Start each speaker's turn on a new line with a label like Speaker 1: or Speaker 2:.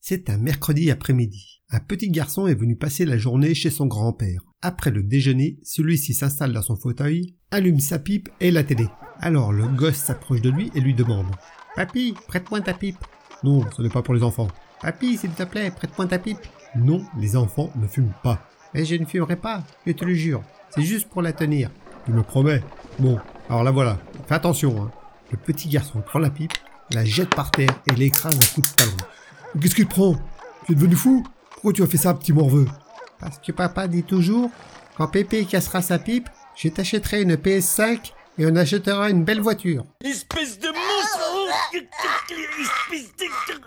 Speaker 1: C'est un mercredi après-midi. Un petit garçon est venu passer la journée chez son grand-père. Après le déjeuner, celui-ci s'installe dans son fauteuil, allume sa pipe et la télé. Alors le gosse s'approche de lui et lui demande Papy, prête-moi ta pipe. Non, ce n'est pas pour les enfants. Papy, s'il te plaît, prête-moi ta pipe. Non, les enfants ne fument pas. Mais je ne fumerai pas, je te le jure. C'est juste pour la tenir. Tu me promets. Bon, alors la voilà. Fais attention. Hein. Le petit garçon prend la pipe, la jette par terre et l'écrase à coups de talon. Mais Qu'est-ce qu'il prend Tu es devenu fou Pourquoi tu as fait ça, petit morveux Parce que papa dit toujours, quand Pépé cassera sa pipe, je t'achèterai une PS5 et on achètera une belle voiture.
Speaker 2: oh, Espèce de monstre Espèce de...